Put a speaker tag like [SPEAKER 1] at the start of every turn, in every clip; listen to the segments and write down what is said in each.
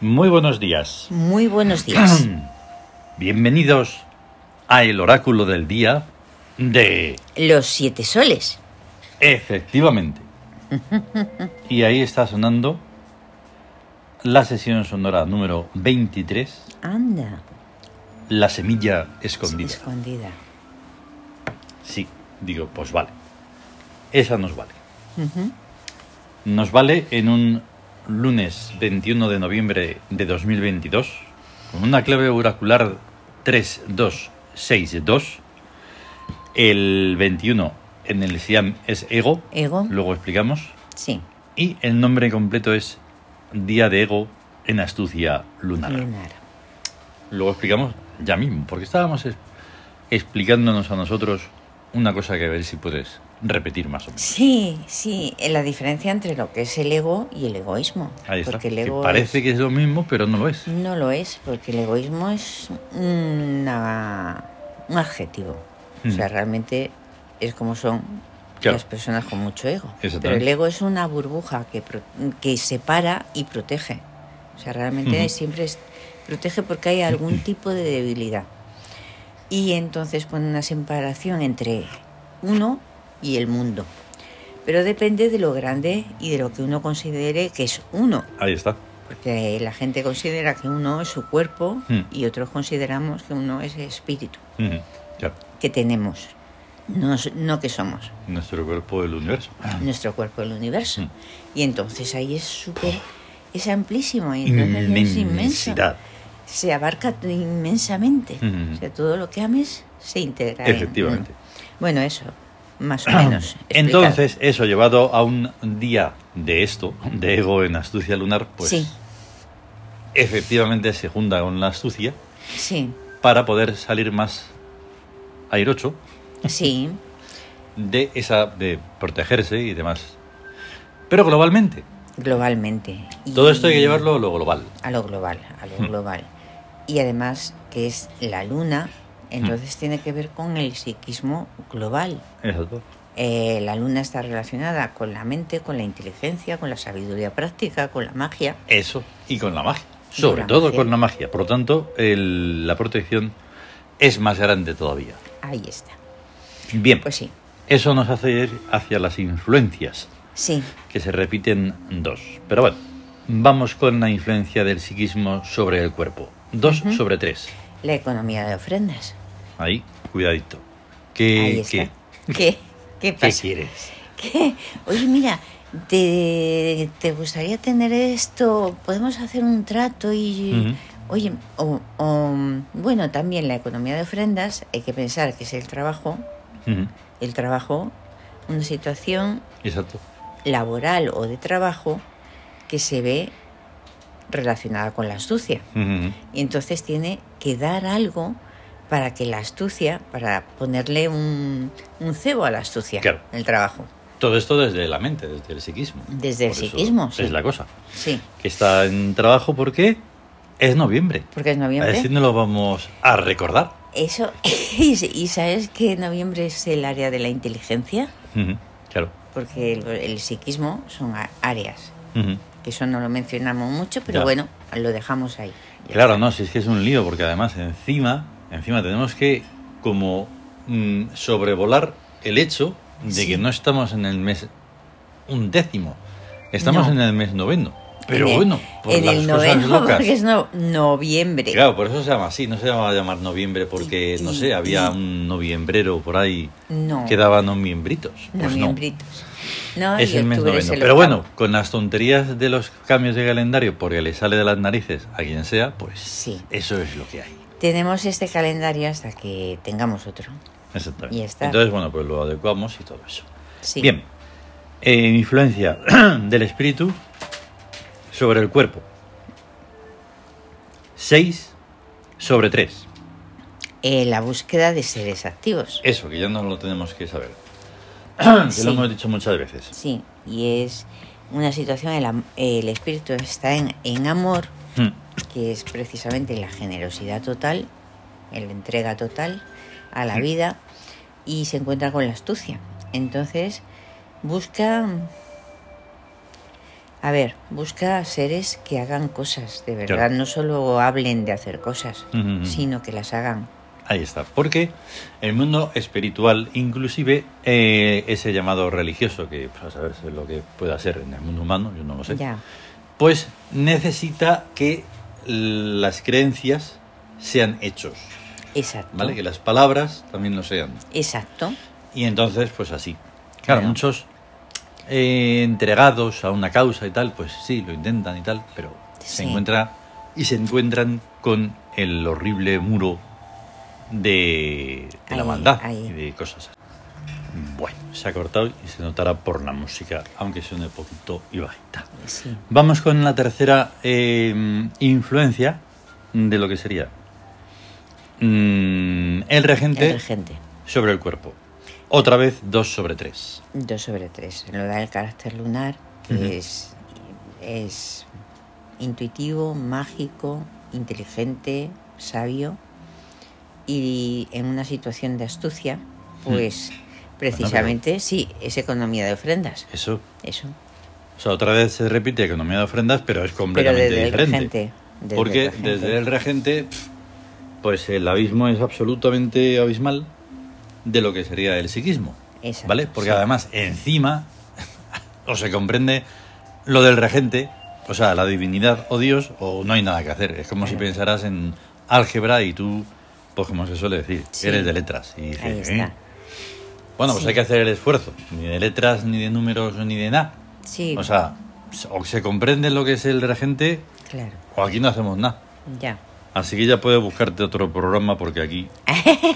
[SPEAKER 1] Muy buenos días. Mm.
[SPEAKER 2] Muy buenos días.
[SPEAKER 1] Bienvenidos a el oráculo del día de...
[SPEAKER 2] Los siete soles.
[SPEAKER 1] Efectivamente. y ahí está sonando la sesión sonora número 23,
[SPEAKER 2] Anda.
[SPEAKER 1] La semilla escondida.
[SPEAKER 2] Escondida.
[SPEAKER 1] Sí, digo, pues vale. Esa nos vale. Nos vale en un lunes 21 de noviembre de 2022, con una clave oracular 3262. El 21 en el Siam es ego,
[SPEAKER 2] Ego.
[SPEAKER 1] luego explicamos.
[SPEAKER 2] Sí.
[SPEAKER 1] Y el nombre completo es Día de Ego en Astucia Lunar.
[SPEAKER 2] Lunar.
[SPEAKER 1] Luego explicamos ya mismo, porque estábamos es- explicándonos a nosotros una cosa que a ver si puedes repetir más o menos.
[SPEAKER 2] Sí, sí. eh, La diferencia entre lo que es el ego y el egoísmo.
[SPEAKER 1] Ahí está.
[SPEAKER 2] Porque el
[SPEAKER 1] que
[SPEAKER 2] ego
[SPEAKER 1] parece
[SPEAKER 2] es-
[SPEAKER 1] que es lo mismo, pero no lo es.
[SPEAKER 2] no lo es, porque el egoísmo es una- un adjetivo. O sea,
[SPEAKER 1] Mm.
[SPEAKER 2] realmente es como son
[SPEAKER 1] Claro.
[SPEAKER 2] las personas con mucho ego. Pero
[SPEAKER 1] Exactamente.
[SPEAKER 2] el ego es una burbuja que, pro- que separa y protege. O sea, realmente
[SPEAKER 1] Ujú.
[SPEAKER 2] siempre es- protege porque hay algún tipo de debilidad. Y entonces pone una separación entre uno y el mundo. Pero depende de lo grande y de lo que uno considere que es uno.
[SPEAKER 1] Ahí está.
[SPEAKER 2] Porque la gente considera que uno es su cuerpo
[SPEAKER 1] Mm.
[SPEAKER 2] y otros consideramos que uno es espíritu
[SPEAKER 1] Ujú. Claro.
[SPEAKER 2] que tenemos, no, s- no que somos,
[SPEAKER 1] Nuestro cuerpo del universo.
[SPEAKER 2] nuestro cuerpo, el universo.
[SPEAKER 1] Mm.
[SPEAKER 2] Y entonces ahí es súper, es amplísimo y entonces es inmenso.
[SPEAKER 1] Inmensidad.
[SPEAKER 2] Se abarca t- inmensamente.
[SPEAKER 1] Mm.
[SPEAKER 2] O sea, todo lo que ames se integra. en
[SPEAKER 1] Efectivamente.
[SPEAKER 2] uno. bueno, eso, más o menos. explicado.
[SPEAKER 1] Entonces, eso llevado a un día de esto, de ego en astucia lunar, pues
[SPEAKER 2] Sí.
[SPEAKER 1] efectivamente se junta con la astucia
[SPEAKER 2] Sí,
[SPEAKER 1] para poder salir más airocho
[SPEAKER 2] sí,
[SPEAKER 1] de esa de protegerse y demás. Pero globalmente,
[SPEAKER 2] globalmente. Y-
[SPEAKER 1] todo esto hay que llevarlo a lo global.
[SPEAKER 2] a lo global, a lo
[SPEAKER 1] Mm.
[SPEAKER 2] global. Y además que es la luna, entonces tiene que ver con el psiquismo global.
[SPEAKER 1] Exacto.
[SPEAKER 2] Eh, la luna está relacionada con la mente, con la inteligencia, con la sabiduría práctica, con la magia.
[SPEAKER 1] Eso, y con la magia.
[SPEAKER 2] Y
[SPEAKER 1] Sobre
[SPEAKER 2] con la
[SPEAKER 1] todo
[SPEAKER 2] magia.
[SPEAKER 1] con la magia. Por lo tanto, el- la protección es más grande todavía.
[SPEAKER 2] Ahí está.
[SPEAKER 1] Bien,
[SPEAKER 2] Pues sí,
[SPEAKER 1] eso nos hace ir hacia las influencias,
[SPEAKER 2] sí,
[SPEAKER 1] que se repiten dos. Pero bueno, vamos con la influencia del psiquismo sobre el cuerpo. Dos
[SPEAKER 2] Ujú.
[SPEAKER 1] sobre tres.
[SPEAKER 2] la economía de ofrendas.
[SPEAKER 1] Ahí, cuidadito.
[SPEAKER 2] Ahí
[SPEAKER 1] ¿Qué,
[SPEAKER 2] está.
[SPEAKER 1] qué,
[SPEAKER 2] ¿Qué? ¿Qué
[SPEAKER 1] qué
[SPEAKER 2] pasa?
[SPEAKER 1] quieres?
[SPEAKER 2] ¿Qué? Oye, mira, ¿te, te gustaría tener esto? ¿Podemos hacer un trato y...?
[SPEAKER 1] Ujú.
[SPEAKER 2] Oye, o- o, bueno, también la economía de ofrendas, hay que pensar que es el trabajo,
[SPEAKER 1] Ujú,
[SPEAKER 2] el trabajo, una situación
[SPEAKER 1] Exacto.
[SPEAKER 2] laboral o de trabajo que se ve relacionada con la astucia.
[SPEAKER 1] Ujú,
[SPEAKER 2] Y entonces tiene que dar algo para que la astucia, para ponerle un, un cebo a la astucia,
[SPEAKER 1] Claro.
[SPEAKER 2] el trabajo.
[SPEAKER 1] Todo esto desde la mente, desde el psiquismo.
[SPEAKER 2] Desde el
[SPEAKER 1] Por eso
[SPEAKER 2] psiquismo, sí.
[SPEAKER 1] Es la cosa.
[SPEAKER 2] Sí,
[SPEAKER 1] Que está en trabajo porque es noviembre.
[SPEAKER 2] porque es
[SPEAKER 1] A
[SPEAKER 2] noviembre.
[SPEAKER 1] ver si no lo vamos a recordar.
[SPEAKER 2] Eso, y, y sabes que noviembre es el área de la inteligencia,
[SPEAKER 1] Ujú, Claro.
[SPEAKER 2] porque el, el psiquismo son a- áreas,
[SPEAKER 1] Ujú.
[SPEAKER 2] que eso no lo mencionamos mucho, pero
[SPEAKER 1] Ya.
[SPEAKER 2] bueno, lo dejamos ahí.
[SPEAKER 1] Claro, no, si es que es un lío, porque además encima, encima tenemos que como mm, sobrevolar el hecho de
[SPEAKER 2] Sí.
[SPEAKER 1] que no estamos en el mes undécimo, estamos
[SPEAKER 2] No.
[SPEAKER 1] en el mes noveno. Pero
[SPEAKER 2] En el-
[SPEAKER 1] bueno, por
[SPEAKER 2] en
[SPEAKER 1] las
[SPEAKER 2] el
[SPEAKER 1] cosas
[SPEAKER 2] noveno,
[SPEAKER 1] locas.
[SPEAKER 2] porque es no- noviembre.
[SPEAKER 1] Claro, por eso se llama así, no se llama llamar noviembre porque,
[SPEAKER 2] Y-
[SPEAKER 1] no
[SPEAKER 2] y-
[SPEAKER 1] sé, había
[SPEAKER 2] y-
[SPEAKER 1] un noviembrero por ahí
[SPEAKER 2] No.
[SPEAKER 1] que daba noviembritos. Pues no.
[SPEAKER 2] Noviembritos. No,
[SPEAKER 1] Es
[SPEAKER 2] y
[SPEAKER 1] el mes
[SPEAKER 2] octubre
[SPEAKER 1] noveno.
[SPEAKER 2] es el
[SPEAKER 1] Pero
[SPEAKER 2] octavo.
[SPEAKER 1] bueno, con las tonterías de los cambios de calendario, porque le sale de las narices a quien sea, pues
[SPEAKER 2] Sí.
[SPEAKER 1] eso es lo que hay.
[SPEAKER 2] Tenemos este calendario hasta que tengamos otro.
[SPEAKER 1] Exactamente.
[SPEAKER 2] Y ya está.
[SPEAKER 1] Entonces, bueno, pues lo adecuamos y todo eso.
[SPEAKER 2] Sí.
[SPEAKER 1] Bien. Eh, influencia del espíritu sobre el cuerpo. 6 sobre 3.
[SPEAKER 2] Eh, la búsqueda de seres activos.
[SPEAKER 1] Eso, que ya no lo tenemos que saber. que
[SPEAKER 2] Sí.
[SPEAKER 1] lo hemos dicho muchas veces.
[SPEAKER 2] Sí, y es una situación, el, am- el espíritu está en, en amor,
[SPEAKER 1] Mm,
[SPEAKER 2] que es precisamente la generosidad total, la entrega total a
[SPEAKER 1] Mm.
[SPEAKER 2] la vida, y se encuentra con la astucia. Entonces, busca A ver, busca seres que hagan cosas, de verdad,
[SPEAKER 1] Claro.
[SPEAKER 2] no solo hablen de hacer cosas,
[SPEAKER 1] Ujú, ujú.
[SPEAKER 2] sino que las hagan.
[SPEAKER 1] Ahí está, porque el mundo espiritual inclusive eh, ese llamado religioso, que pues, a saber lo que pueda ser en el mundo humano, yo no lo sé,
[SPEAKER 2] Ya,
[SPEAKER 1] pues necesita que las creencias sean hechos,
[SPEAKER 2] exacto.
[SPEAKER 1] ¿vale? Que las palabras también lo sean.
[SPEAKER 2] Exacto.
[SPEAKER 1] Y entonces, pues así. Claro,
[SPEAKER 2] Claro.
[SPEAKER 1] muchos eh, entregados a una causa y tal, pues sí, lo intentan y tal, pero se
[SPEAKER 2] Sí.
[SPEAKER 1] encuentra y se encuentran con el horrible muro de, de la
[SPEAKER 2] Ahí,
[SPEAKER 1] maldad
[SPEAKER 2] ahí.
[SPEAKER 1] y de cosas. así. Bueno, se ha cortado y se notará por la música, aunque suene poquito y bajita.
[SPEAKER 2] Sí.
[SPEAKER 1] Vamos con la tercera eh, influencia de lo que sería mm, el regente
[SPEAKER 2] El regente.
[SPEAKER 1] sobre el cuerpo. Otra vez 2 sobre 3.
[SPEAKER 2] 2 sobre 3. Lo da el carácter lunar, que
[SPEAKER 1] Ujú.
[SPEAKER 2] es, es intuitivo, mágico, inteligente, sabio. Y en una situación de astucia, pues precisamente sí, es economía de ofrendas.
[SPEAKER 1] Eso.
[SPEAKER 2] Eso.
[SPEAKER 1] O sea, otra vez se repite economía de ofrendas, pero es
[SPEAKER 2] Pero
[SPEAKER 1] completamente
[SPEAKER 2] desde el
[SPEAKER 1] diferente.
[SPEAKER 2] regente. desde
[SPEAKER 1] Porque
[SPEAKER 2] el regente.
[SPEAKER 1] desde el regente, pf, pues el abismo es absolutamente abismal de lo que sería el psiquismo.
[SPEAKER 2] Exacto,
[SPEAKER 1] ¿Vale? Porque
[SPEAKER 2] sí.
[SPEAKER 1] además, encima, o se comprende lo del regente, o sea, la divinidad o Dios, o no hay nada que hacer. Es como si
[SPEAKER 2] Claro.
[SPEAKER 1] pensaras en álgebra y tú, pues como se suele decir,
[SPEAKER 2] Sí.
[SPEAKER 1] eres de letras. Y dices,
[SPEAKER 2] Ahí
[SPEAKER 1] "Eh,
[SPEAKER 2] está.
[SPEAKER 1] Bueno, pues
[SPEAKER 2] Sí.
[SPEAKER 1] hay que hacer el esfuerzo. Ni de letras, ni de números, ni de nada.
[SPEAKER 2] Sí,
[SPEAKER 1] O sea, o se comprende lo que es el regente,
[SPEAKER 2] claro.
[SPEAKER 1] o aquí no hacemos nada.
[SPEAKER 2] Ya.
[SPEAKER 1] Así que ya puedes buscarte otro programa porque aquí,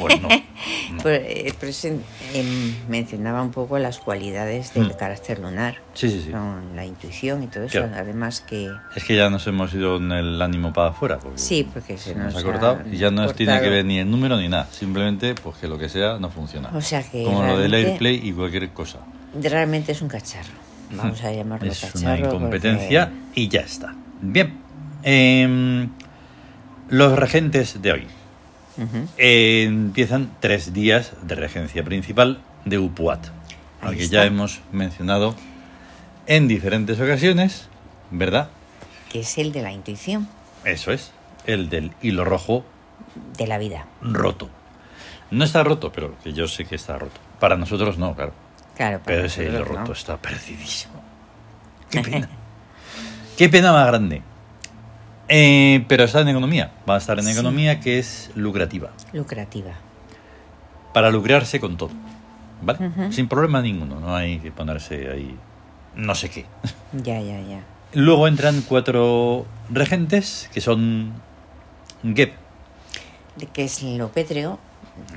[SPEAKER 1] pues no. no.
[SPEAKER 2] Por- eh, por eso, em, mencionaba un poco las cualidades del
[SPEAKER 1] Mm.
[SPEAKER 2] carácter lunar.
[SPEAKER 1] Sí, sí, sí.
[SPEAKER 2] Con la intuición y todo eso.
[SPEAKER 1] Claro.
[SPEAKER 2] Además que...
[SPEAKER 1] Es que ya nos hemos ido en el ánimo para afuera. Porque
[SPEAKER 2] Sí, porque se nos
[SPEAKER 1] ha
[SPEAKER 2] ha
[SPEAKER 1] cortado y ya no
[SPEAKER 2] cortado.
[SPEAKER 1] tiene que ver ni el número ni nada. Simplemente, pues que lo que sea no funciona.
[SPEAKER 2] O sea que
[SPEAKER 1] Como lo del
[SPEAKER 2] realmente-
[SPEAKER 1] AirPlay y cualquier cosa.
[SPEAKER 2] Realmente es un cacharro. Vamos a llamarlo
[SPEAKER 1] Es
[SPEAKER 2] cacharro.
[SPEAKER 1] una incompetencia
[SPEAKER 2] porque-
[SPEAKER 1] y ya está. Bien. Em, los regentes de hoy
[SPEAKER 2] Ujú.
[SPEAKER 1] Eh, empiezan tres días de regencia principal de Upuat, al
[SPEAKER 2] Ahí
[SPEAKER 1] que
[SPEAKER 2] está.
[SPEAKER 1] ya hemos mencionado en diferentes ocasiones, ¿verdad?
[SPEAKER 2] Que es el de la intuición
[SPEAKER 1] Eso es, el del hilo rojo
[SPEAKER 2] de la vida.
[SPEAKER 1] roto. No está roto, pero que yo sé que está roto. Para nosotros no, claro.
[SPEAKER 2] Claro, para
[SPEAKER 1] Pero ese hilo
[SPEAKER 2] nosotros, ¿no?
[SPEAKER 1] roto este. está perdidísimo. Qué pena. Qué pena más grande. Eh, pero está en economía. Va a estar en
[SPEAKER 2] Sí.
[SPEAKER 1] economía que es lucrativa.
[SPEAKER 2] Lucrativa.
[SPEAKER 1] para lucrarse con todo, ¿vale?
[SPEAKER 2] Ujú.
[SPEAKER 1] Sin problema ninguno, no hay que ponerse ahí no sé qué.
[SPEAKER 2] Ya, ya, ya.
[SPEAKER 1] Luego entran cuatro regentes que son E Geb,
[SPEAKER 2] De Que es lo pétreo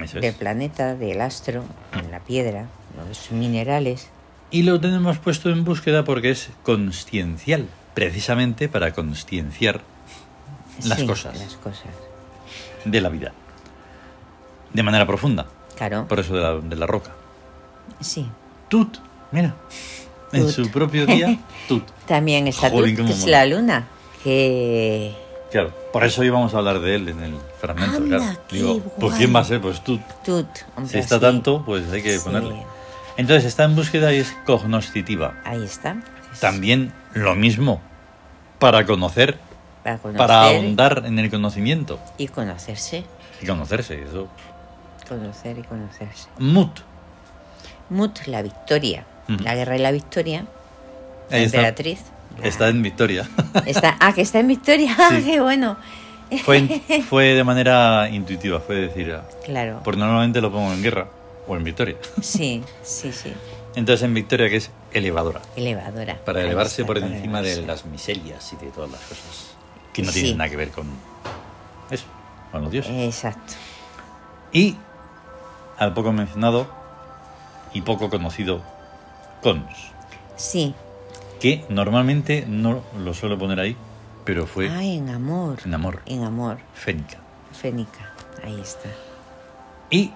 [SPEAKER 1] eso
[SPEAKER 2] del
[SPEAKER 1] es.
[SPEAKER 2] planeta, del astro, en la piedra, los minerales.
[SPEAKER 1] y lo tenemos puesto en búsqueda porque es consciencial, precisamente para conscienciar Las
[SPEAKER 2] Sí,
[SPEAKER 1] cosas.
[SPEAKER 2] Las cosas.
[SPEAKER 1] de la vida, de manera profunda,
[SPEAKER 2] Claro.
[SPEAKER 1] por eso de la, de la roca.
[SPEAKER 2] Sí.
[SPEAKER 1] Tut, mira, en
[SPEAKER 2] Tut.
[SPEAKER 1] su propio día, Tut.
[SPEAKER 2] También está Tut,
[SPEAKER 1] Jolín, cómo
[SPEAKER 2] que es
[SPEAKER 1] mola.
[SPEAKER 2] la luna. Que.
[SPEAKER 1] Claro, por eso íbamos a hablar de él en el fragmento,
[SPEAKER 2] Anda,
[SPEAKER 1] claro.
[SPEAKER 2] qué
[SPEAKER 1] Digo, pues
[SPEAKER 2] guay.
[SPEAKER 1] quién va a ser, pues Tut.
[SPEAKER 2] Tut, hombre,
[SPEAKER 1] Si está
[SPEAKER 2] sí.
[SPEAKER 1] tanto, pues hay que
[SPEAKER 2] Sí.
[SPEAKER 1] ponerle. Entonces está en búsqueda y es cognoscitiva.
[SPEAKER 2] Ahí está.
[SPEAKER 1] También lo mismo, para conocer,
[SPEAKER 2] Para conocer
[SPEAKER 1] para ahondar en el conocimiento
[SPEAKER 2] y conocerse.
[SPEAKER 1] y conocerse, eso.
[SPEAKER 2] Conocer y conocerse.
[SPEAKER 1] Mut.
[SPEAKER 2] Mut, la victoria.
[SPEAKER 1] Ujú.
[SPEAKER 2] La guerra y la victoria. La
[SPEAKER 1] Ahí está,
[SPEAKER 2] emperatriz.
[SPEAKER 1] está en Victoria.
[SPEAKER 2] Está- ah, que está en victoria. Ah,
[SPEAKER 1] Sí.
[SPEAKER 2] qué bueno.
[SPEAKER 1] Fue, en- fue de manera intuitiva, fue decir, ah,
[SPEAKER 2] Claro.
[SPEAKER 1] porque normalmente lo pongo en guerra o en Victoria.
[SPEAKER 2] Sí, sí, sí.
[SPEAKER 1] Entonces en Victoria que es elevadora,
[SPEAKER 2] Elevadora.
[SPEAKER 1] para
[SPEAKER 2] Ahí
[SPEAKER 1] elevarse
[SPEAKER 2] está,
[SPEAKER 1] por
[SPEAKER 2] para
[SPEAKER 1] encima de
[SPEAKER 2] elevarse.
[SPEAKER 1] las miserias y de todas las cosas que no tienen
[SPEAKER 2] Sí. Eh.
[SPEAKER 1] nada que ver con eso, con los dioses.
[SPEAKER 2] Exacto.
[SPEAKER 1] Y al poco mencionado y poco conocido Cons,
[SPEAKER 2] Sí.
[SPEAKER 1] que normalmente no lo suelo poner ahí, pero fue
[SPEAKER 2] Ah, en amor.
[SPEAKER 1] en amor,
[SPEAKER 2] En amor.
[SPEAKER 1] Fénica.
[SPEAKER 2] Fénica. Ahí está.
[SPEAKER 1] Y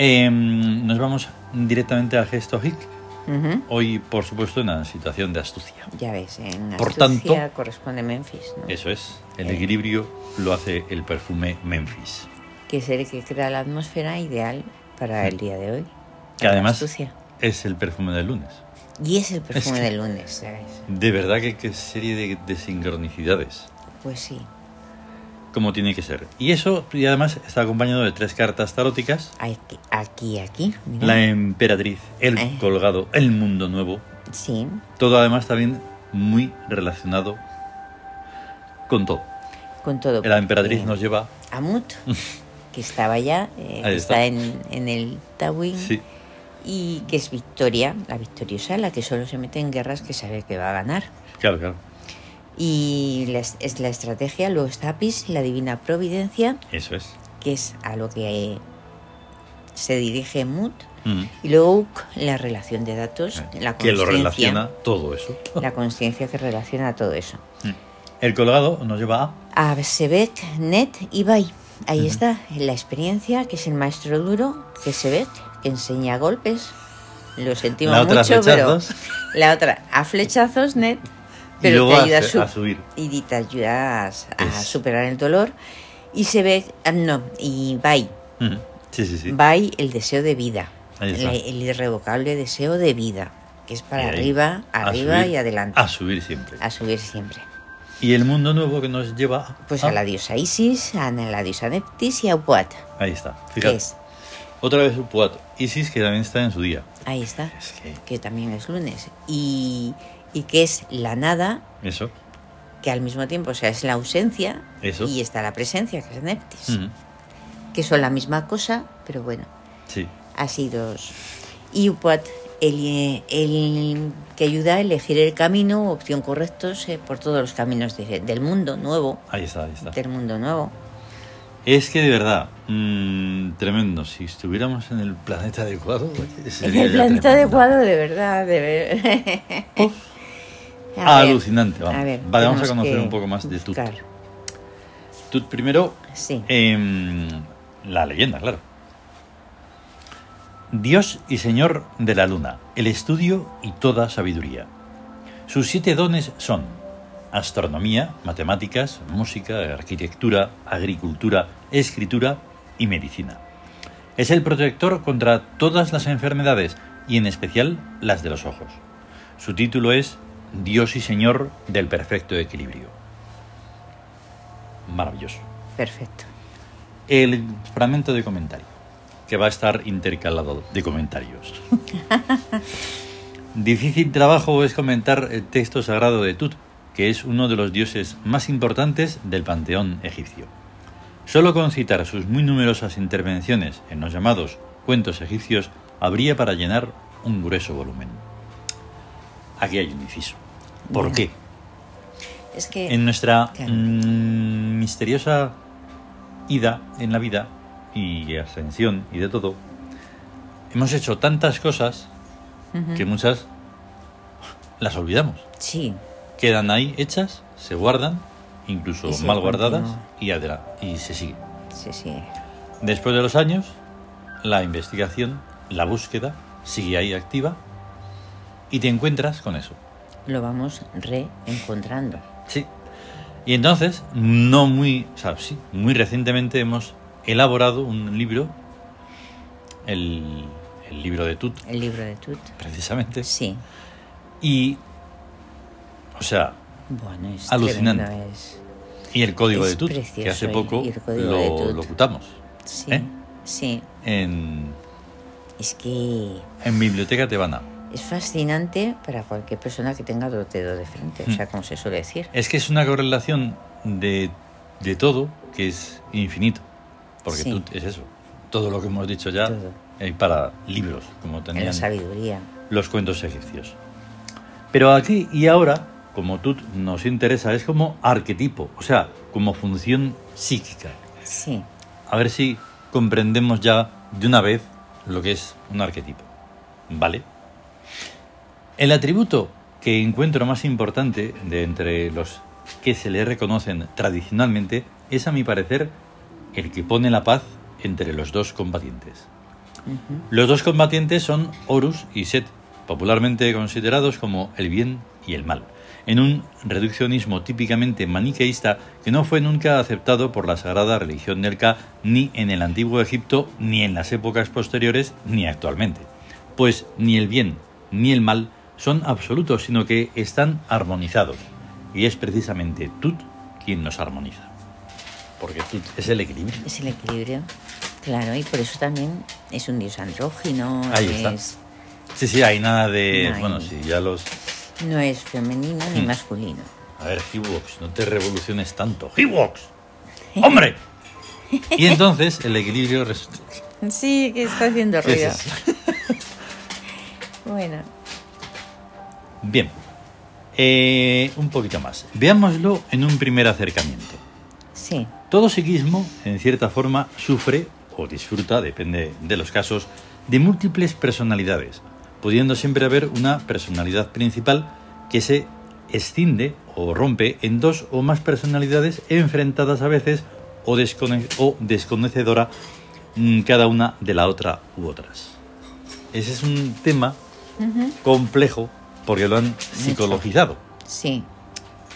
[SPEAKER 1] em, nos vamos directamente al gesto hic,
[SPEAKER 2] Ujú.
[SPEAKER 1] hoy por supuesto en la situación de astucia.
[SPEAKER 2] Ya ves, en
[SPEAKER 1] Por
[SPEAKER 2] astucia
[SPEAKER 1] tanto-
[SPEAKER 2] corresponde Memphis, ¿no?
[SPEAKER 1] Eso es, el
[SPEAKER 2] Eh.
[SPEAKER 1] equilibrio lo hace el perfume Memphis.
[SPEAKER 2] Que es el que crea la atmósfera ideal para el día de hoy.
[SPEAKER 1] Que
[SPEAKER 2] para la
[SPEAKER 1] además
[SPEAKER 2] astucia.
[SPEAKER 1] es el perfume del lunes.
[SPEAKER 2] Y es el perfume
[SPEAKER 1] que-
[SPEAKER 2] del lunes, ¿sabes?
[SPEAKER 1] De verdad que qué serie de, de sincronicidades.
[SPEAKER 2] Pues sí.
[SPEAKER 1] Como tiene que ser. Y eso, y además, está acompañado de tres cartas taróticas.
[SPEAKER 2] Aquí, aquí. aquí mira.
[SPEAKER 1] La em- emperatriz, el
[SPEAKER 2] Eh.
[SPEAKER 1] colgado, el mundo nuevo.
[SPEAKER 2] Sí.
[SPEAKER 1] Todo además también muy relacionado con todo.
[SPEAKER 2] Con todo.
[SPEAKER 1] La emperatriz
[SPEAKER 2] porque
[SPEAKER 1] nos lleva...
[SPEAKER 2] Amut, que estaba ya,
[SPEAKER 1] Ahí
[SPEAKER 2] eh, que
[SPEAKER 1] está.
[SPEAKER 2] está en, en el Tawin.
[SPEAKER 1] Sí,
[SPEAKER 2] Y que es Victoria, la victoriosa, la que solo se mete en guerras que sabe que va a ganar.
[SPEAKER 1] claro, claro.
[SPEAKER 2] Y la, es- es la estrategia, los tapis, la divina providencia,
[SPEAKER 1] Eso es.
[SPEAKER 2] que es a lo que eh, se dirige Mut.
[SPEAKER 1] Mm.
[SPEAKER 2] Y luego Uk, la relación de datos, la
[SPEAKER 1] que Ah, lo
[SPEAKER 2] conciencia.
[SPEAKER 1] relaciona todo eso.
[SPEAKER 2] La conciencia que relaciona todo eso.
[SPEAKER 1] El colgado nos lleva a...
[SPEAKER 2] A Sebek, Net y Bai. Ahí está, la experiencia, que es el maestro duro, que se ve, que enseña golpes. Lo sentimos
[SPEAKER 1] La otra a
[SPEAKER 2] mucho, pero
[SPEAKER 1] flechazos.
[SPEAKER 2] la otra a flechazos, Net,
[SPEAKER 1] y
[SPEAKER 2] pero
[SPEAKER 1] luego
[SPEAKER 2] te
[SPEAKER 1] a,
[SPEAKER 2] ayuda a,
[SPEAKER 1] a
[SPEAKER 2] su-
[SPEAKER 1] subir.
[SPEAKER 2] y te ayuda a, a
[SPEAKER 1] Es-
[SPEAKER 2] superar el dolor. Y se ve, ah, no, y Bai,
[SPEAKER 1] Mm. Sí, sí, sí.
[SPEAKER 2] Bai, el deseo de vida,
[SPEAKER 1] Ahí
[SPEAKER 2] el,
[SPEAKER 1] está.
[SPEAKER 2] el irrevocable deseo de vida, que es para
[SPEAKER 1] Y ahí,
[SPEAKER 2] arriba,
[SPEAKER 1] a
[SPEAKER 2] arriba
[SPEAKER 1] subir,
[SPEAKER 2] y adelante,
[SPEAKER 1] A subir siempre.
[SPEAKER 2] a subir siempre.
[SPEAKER 1] Y el mundo nuevo que nos lleva a... Ah,
[SPEAKER 2] Pues a la diosa Isis, a la diosa Neptis y a Upuat,
[SPEAKER 1] Ahí está.
[SPEAKER 2] que
[SPEAKER 1] Fíjate.
[SPEAKER 2] es,
[SPEAKER 1] Otra vez Upuat. Isis que también está en su día.
[SPEAKER 2] ahí está,
[SPEAKER 1] Es que...
[SPEAKER 2] que también es lunes, y, y que es la nada,
[SPEAKER 1] Eso.
[SPEAKER 2] que al mismo tiempo, o sea, es la ausencia,
[SPEAKER 1] Eso.
[SPEAKER 2] y está la presencia, que es Neptis,
[SPEAKER 1] Mm.
[SPEAKER 2] que son la misma cosa, pero bueno,
[SPEAKER 1] Sí.
[SPEAKER 2] así dos. Y Upuat, el, eh, el que ayuda a elegir el camino, opción correctos eh, por todos los caminos de- del mundo nuevo,
[SPEAKER 1] Ahí está, ahí está.
[SPEAKER 2] del mundo nuevo.
[SPEAKER 1] Es que de verdad, mm, tremendo. Si estuviéramos en el planeta adecuado,
[SPEAKER 2] En
[SPEAKER 1] sería
[SPEAKER 2] el
[SPEAKER 1] ya
[SPEAKER 2] planeta
[SPEAKER 1] tremendo.
[SPEAKER 2] adecuado, de verdad, de ver. A ver,
[SPEAKER 1] Alucinante, vamos.
[SPEAKER 2] a ver,
[SPEAKER 1] vale, vamos a
[SPEAKER 2] tenemos
[SPEAKER 1] conocer
[SPEAKER 2] que
[SPEAKER 1] un poco más de Tut.
[SPEAKER 2] buscar.
[SPEAKER 1] Tut primero,
[SPEAKER 2] Sí,
[SPEAKER 1] em, la leyenda, claro. Dios y Señor de la Luna, el estudio y toda sabiduría. Sus siete dones son astronomía, matemáticas, música, arquitectura, agricultura, escritura y medicina. Es el protector contra todas las enfermedades y en especial las de los ojos. Su título es Dios y Señor del Perfecto Equilibrio. Maravilloso.
[SPEAKER 2] perfecto.
[SPEAKER 1] El fragmento de comentario, que va a estar intercalado de comentarios. Difícil trabajo es comentar el texto sagrado de Tut, que es uno de los dioses más importantes del panteón egipcio. Solo con citar sus muy numerosas intervenciones en los llamados cuentos egipcios habría para llenar un grueso volumen. Aquí hay un inciso. ¿Por qué?
[SPEAKER 2] Bien. Es que
[SPEAKER 1] en nuestra
[SPEAKER 2] Claro.
[SPEAKER 1] mm, misteriosa ida en la vida y ascensión y de todo, hemos hecho tantas cosas
[SPEAKER 2] Ujú.
[SPEAKER 1] que muchas las olvidamos.
[SPEAKER 2] sí,
[SPEAKER 1] Quedan ahí hechas, se guardan, incluso
[SPEAKER 2] Y se
[SPEAKER 1] mal guardadas
[SPEAKER 2] continúa.
[SPEAKER 1] y, adela- y se sigue.
[SPEAKER 2] sí, sí.
[SPEAKER 1] Después de los años, la investigación, la búsqueda, sigue ahí activa y te encuentras con eso.
[SPEAKER 2] Lo vamos reencontrando.
[SPEAKER 1] Sí. Y entonces, no muy, o sea, sí, muy recientemente hemos elaborado un libro, el, el libro de Tut,
[SPEAKER 2] El libro de Tut.
[SPEAKER 1] precisamente.
[SPEAKER 2] Sí.
[SPEAKER 1] Y, o sea,
[SPEAKER 2] Bueno, es
[SPEAKER 1] Alucinante.
[SPEAKER 2] tremendo, es-
[SPEAKER 1] y el código
[SPEAKER 2] Es
[SPEAKER 1] de Tut, que
[SPEAKER 2] precioso
[SPEAKER 1] hace
[SPEAKER 2] el-
[SPEAKER 1] poco
[SPEAKER 2] el código de
[SPEAKER 1] lo
[SPEAKER 2] Tut.
[SPEAKER 1] locutamos
[SPEAKER 2] Sí,
[SPEAKER 1] ¿Eh?
[SPEAKER 2] sí.
[SPEAKER 1] en,
[SPEAKER 2] Es que
[SPEAKER 1] en Biblioteca Tebana.
[SPEAKER 2] es fascinante para cualquier persona que tenga dos dedos de frente,
[SPEAKER 1] Hmm.
[SPEAKER 2] o sea, como se suele decir.
[SPEAKER 1] Es que es una correlación de, de todo que es infinito, porque
[SPEAKER 2] Sí.
[SPEAKER 1] Tut es eso. Todo lo que hemos dicho ya
[SPEAKER 2] Todo.
[SPEAKER 1] eh, para libros, como
[SPEAKER 2] En la
[SPEAKER 1] tenían
[SPEAKER 2] sabiduría.
[SPEAKER 1] los cuentos egipcios. Pero aquí y ahora, como Tut nos interesa, es como arquetipo, o sea, como función psíquica.
[SPEAKER 2] Sí,
[SPEAKER 1] A ver si comprendemos ya de una vez lo que es un arquetipo. ¿Vale? El atributo que encuentro más importante de entre los que se le reconocen tradicionalmente es, a mi parecer, el que pone la paz entre los dos combatientes. Los dos combatientes son Horus y Set, popularmente considerados como el bien y el mal, en un reduccionismo típicamente maniqueísta que no fue nunca aceptado por la sagrada religión del Ka ni en el antiguo Egipto, ni en las épocas posteriores, ni actualmente. pues ni el bien ni el mal son absolutos, sino que están armonizados. Y es precisamente Tut quien nos armoniza. Porque Tut es el equilibrio.
[SPEAKER 2] Es el equilibrio. Claro, y por eso también es un dios andrógino.
[SPEAKER 1] Ahí está.
[SPEAKER 2] es-
[SPEAKER 1] Sí, sí, hay nada de...
[SPEAKER 2] No hay-
[SPEAKER 1] Bueno, sí, ya los...
[SPEAKER 2] no es femenino ni
[SPEAKER 1] Mm.
[SPEAKER 2] masculino.
[SPEAKER 1] A ver, Hiwox, no te revoluciones tanto. Hiwox, hombre. Y entonces el equilibrio... res-
[SPEAKER 2] Sí, que está haciendo
[SPEAKER 1] Sí, sí,
[SPEAKER 2] ruido.
[SPEAKER 1] sí.
[SPEAKER 2] Bueno,
[SPEAKER 1] Bien, Eh, un poquito más. Veámoslo en un primer acercamiento.
[SPEAKER 2] sí.
[SPEAKER 1] Todo psiquismo, en cierta forma, sufre o disfruta, depende de los casos, de múltiples personalidades, pudiendo siempre haber una personalidad principal que se escinde o rompe en dos o más personalidades enfrentadas a veces o, descone- o desconocedora mm, cada una de la otra u otras. Ese es un tema
[SPEAKER 2] Ujú.
[SPEAKER 1] complejo porque lo han psicologizado
[SPEAKER 2] Sí.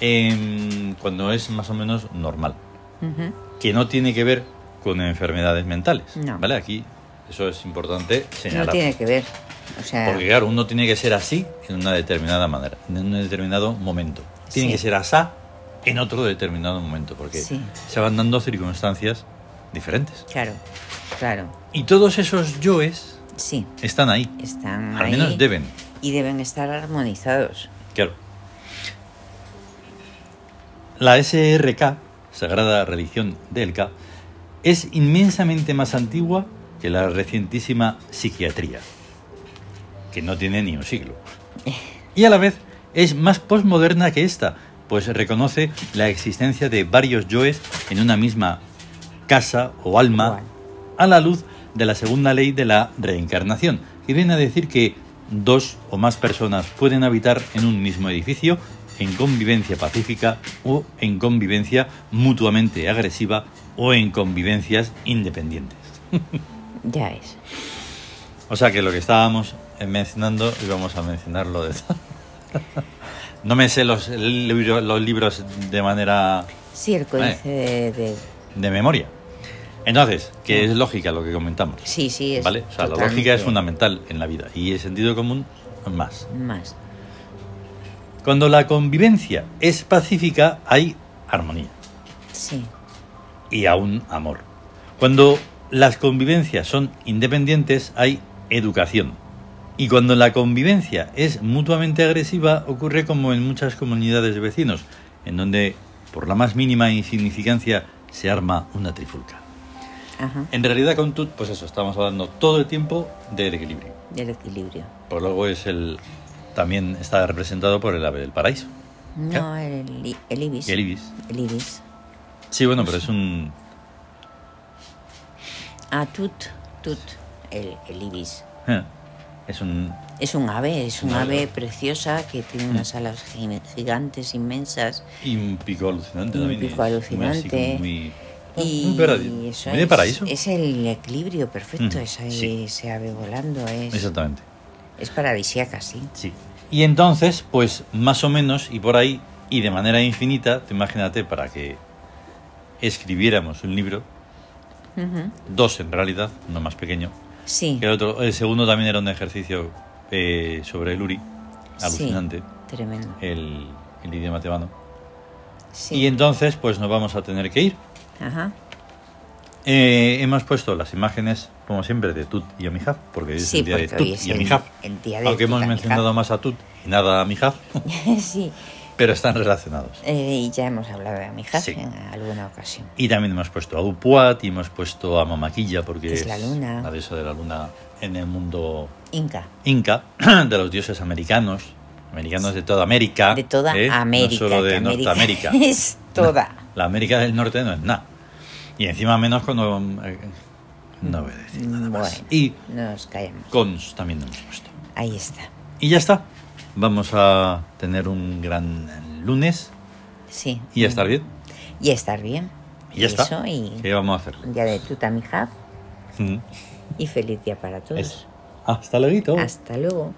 [SPEAKER 1] em, cuando es más o menos normal
[SPEAKER 2] Ujú.
[SPEAKER 1] que no tiene que ver con enfermedades mentales.
[SPEAKER 2] No.
[SPEAKER 1] ¿Vale? Aquí eso es importante señalar.
[SPEAKER 2] No tiene que ver. O sea,
[SPEAKER 1] Porque claro, uno tiene que ser así en una determinada manera, en un determinado momento. Tiene
[SPEAKER 2] Sí.
[SPEAKER 1] que ser asá en otro determinado momento, porque
[SPEAKER 2] Sí.
[SPEAKER 1] se van dando circunstancias diferentes.
[SPEAKER 2] claro, claro.
[SPEAKER 1] Y todos esos yoes
[SPEAKER 2] Sí,
[SPEAKER 1] están ahí,
[SPEAKER 2] están
[SPEAKER 1] al
[SPEAKER 2] ahí
[SPEAKER 1] menos deben.
[SPEAKER 2] y deben estar armonizados.
[SPEAKER 1] Claro. La SRK, Sagrada Religión del K, es inmensamente más antigua que la recientísima psiquiatría, que no tiene ni un siglo. Y a la vez es más posmoderna que esta, pues reconoce la existencia de varios yoes en una misma casa o alma
[SPEAKER 2] Guau.
[SPEAKER 1] a la luz de la segunda ley de la reencarnación, que viene a decir que dos o más personas pueden habitar en un mismo edificio en convivencia pacífica o en convivencia mutuamente agresiva o en convivencias independientes.
[SPEAKER 2] Ya es.
[SPEAKER 1] O sea que lo que estábamos eh, mencionando íbamos a mencionarlo de No me sé los, libro- los libros de manera
[SPEAKER 2] Sí, el códice de, de-
[SPEAKER 1] de memoria. Entonces, que es lógica lo que comentamos.
[SPEAKER 2] Sí, sí, es.
[SPEAKER 1] ¿Vale? O sea, la
[SPEAKER 2] totalmente
[SPEAKER 1] lógica es fundamental en la vida y el sentido común más.
[SPEAKER 2] Más.
[SPEAKER 1] Cuando la convivencia es pacífica, hay armonía
[SPEAKER 2] Sí,
[SPEAKER 1] y aún amor. Cuando las convivencias son independientes, hay educación. Y cuando la convivencia es mutuamente agresiva, ocurre como en muchas comunidades de vecinos, en donde por la más mínima insignificancia se arma una trifulca.
[SPEAKER 2] ajá.
[SPEAKER 1] En realidad con Tut, pues eso, estamos hablando todo el tiempo del equilibrio.
[SPEAKER 2] Del equilibrio.
[SPEAKER 1] Por luego es el también está representado por el ave del paraíso,
[SPEAKER 2] No, el, i- el ibis.
[SPEAKER 1] el ibis.
[SPEAKER 2] El ibis.
[SPEAKER 1] Sí, bueno, pero es un
[SPEAKER 2] Ah, tut, tut. El, el ibis.
[SPEAKER 1] eh, es un
[SPEAKER 2] Es un ave, es un
[SPEAKER 1] Un ave.
[SPEAKER 2] ave preciosa que tiene
[SPEAKER 1] Mm.
[SPEAKER 2] unas alas gi- gigantes inmensas.
[SPEAKER 1] Y un pico alucinante
[SPEAKER 2] Y un
[SPEAKER 1] también.
[SPEAKER 2] pico
[SPEAKER 1] es muy así como
[SPEAKER 2] alucinante.
[SPEAKER 1] muy-
[SPEAKER 2] Y
[SPEAKER 1] muy paradi-
[SPEAKER 2] eso
[SPEAKER 1] muy de
[SPEAKER 2] es-
[SPEAKER 1] paraíso.
[SPEAKER 2] Es el equilibrio perfecto,
[SPEAKER 1] Mm,
[SPEAKER 2] esa-
[SPEAKER 1] sí.
[SPEAKER 2] ese ave volando. Es,
[SPEAKER 1] Exactamente.
[SPEAKER 2] es paradisiaca, sí.
[SPEAKER 1] Sí. Y entonces, pues más o menos, y por ahí, y de manera infinita, te imagínate para que escribiéramos un libro,
[SPEAKER 2] Ujú.
[SPEAKER 1] dos en realidad, uno más pequeño.
[SPEAKER 2] Sí,
[SPEAKER 1] que El, otro, el segundo también era un ejercicio eh, sobre el Uri, alucinante,
[SPEAKER 2] tremendo.
[SPEAKER 1] el, el idioma tebano. Y
[SPEAKER 2] Sí.
[SPEAKER 1] entonces, pues nos vamos a tener que ir.
[SPEAKER 2] Ajá.
[SPEAKER 1] Eh, hemos puesto las imágenes, como siempre, de Tut y Amijaf, porque hoy es
[SPEAKER 2] Sí,
[SPEAKER 1] el día de
[SPEAKER 2] porque hoy
[SPEAKER 1] Tut
[SPEAKER 2] es
[SPEAKER 1] y
[SPEAKER 2] el-
[SPEAKER 1] Amijaf.
[SPEAKER 2] el día de
[SPEAKER 1] Aunque
[SPEAKER 2] Tut
[SPEAKER 1] hemos
[SPEAKER 2] y
[SPEAKER 1] mencionado
[SPEAKER 2] Amijaf.
[SPEAKER 1] más a Tut y nada a Amijaf,
[SPEAKER 2] sí.
[SPEAKER 1] pero están relacionados.
[SPEAKER 2] Eh, y ya hemos hablado de mi
[SPEAKER 1] Sí.
[SPEAKER 2] en alguna ocasión.
[SPEAKER 1] Y también hemos puesto a Upuat y hemos puesto a Mamaquilla, porque
[SPEAKER 2] Que es la luna.
[SPEAKER 1] la diosa de la luna en el mundo
[SPEAKER 2] Inca.
[SPEAKER 1] inca, de los dioses americanos, americanos de toda América.
[SPEAKER 2] De toda
[SPEAKER 1] ¿eh?
[SPEAKER 2] América.
[SPEAKER 1] No solo
[SPEAKER 2] que
[SPEAKER 1] de
[SPEAKER 2] América
[SPEAKER 1] Norteamérica.
[SPEAKER 2] Es toda.
[SPEAKER 1] La América del Norte no es nada. Y encima menos cuando... eh, No voy a decir nada más.
[SPEAKER 2] Bueno.
[SPEAKER 1] Y
[SPEAKER 2] Nos callamos.
[SPEAKER 1] cons también hemos puesto.
[SPEAKER 2] Ahí está.
[SPEAKER 1] Y ya está. Vamos a tener un gran lunes
[SPEAKER 2] Sí.
[SPEAKER 1] y a estar bien.
[SPEAKER 2] Y estar bien.
[SPEAKER 1] Mm. Y ya está.
[SPEAKER 2] Eso, y
[SPEAKER 1] ¿Qué vamos a hacerle?
[SPEAKER 2] día de tuta, mi hija.
[SPEAKER 1] Mm.
[SPEAKER 2] Y feliz día para todos.
[SPEAKER 1] Eso. Hasta luego.
[SPEAKER 2] Hasta luego.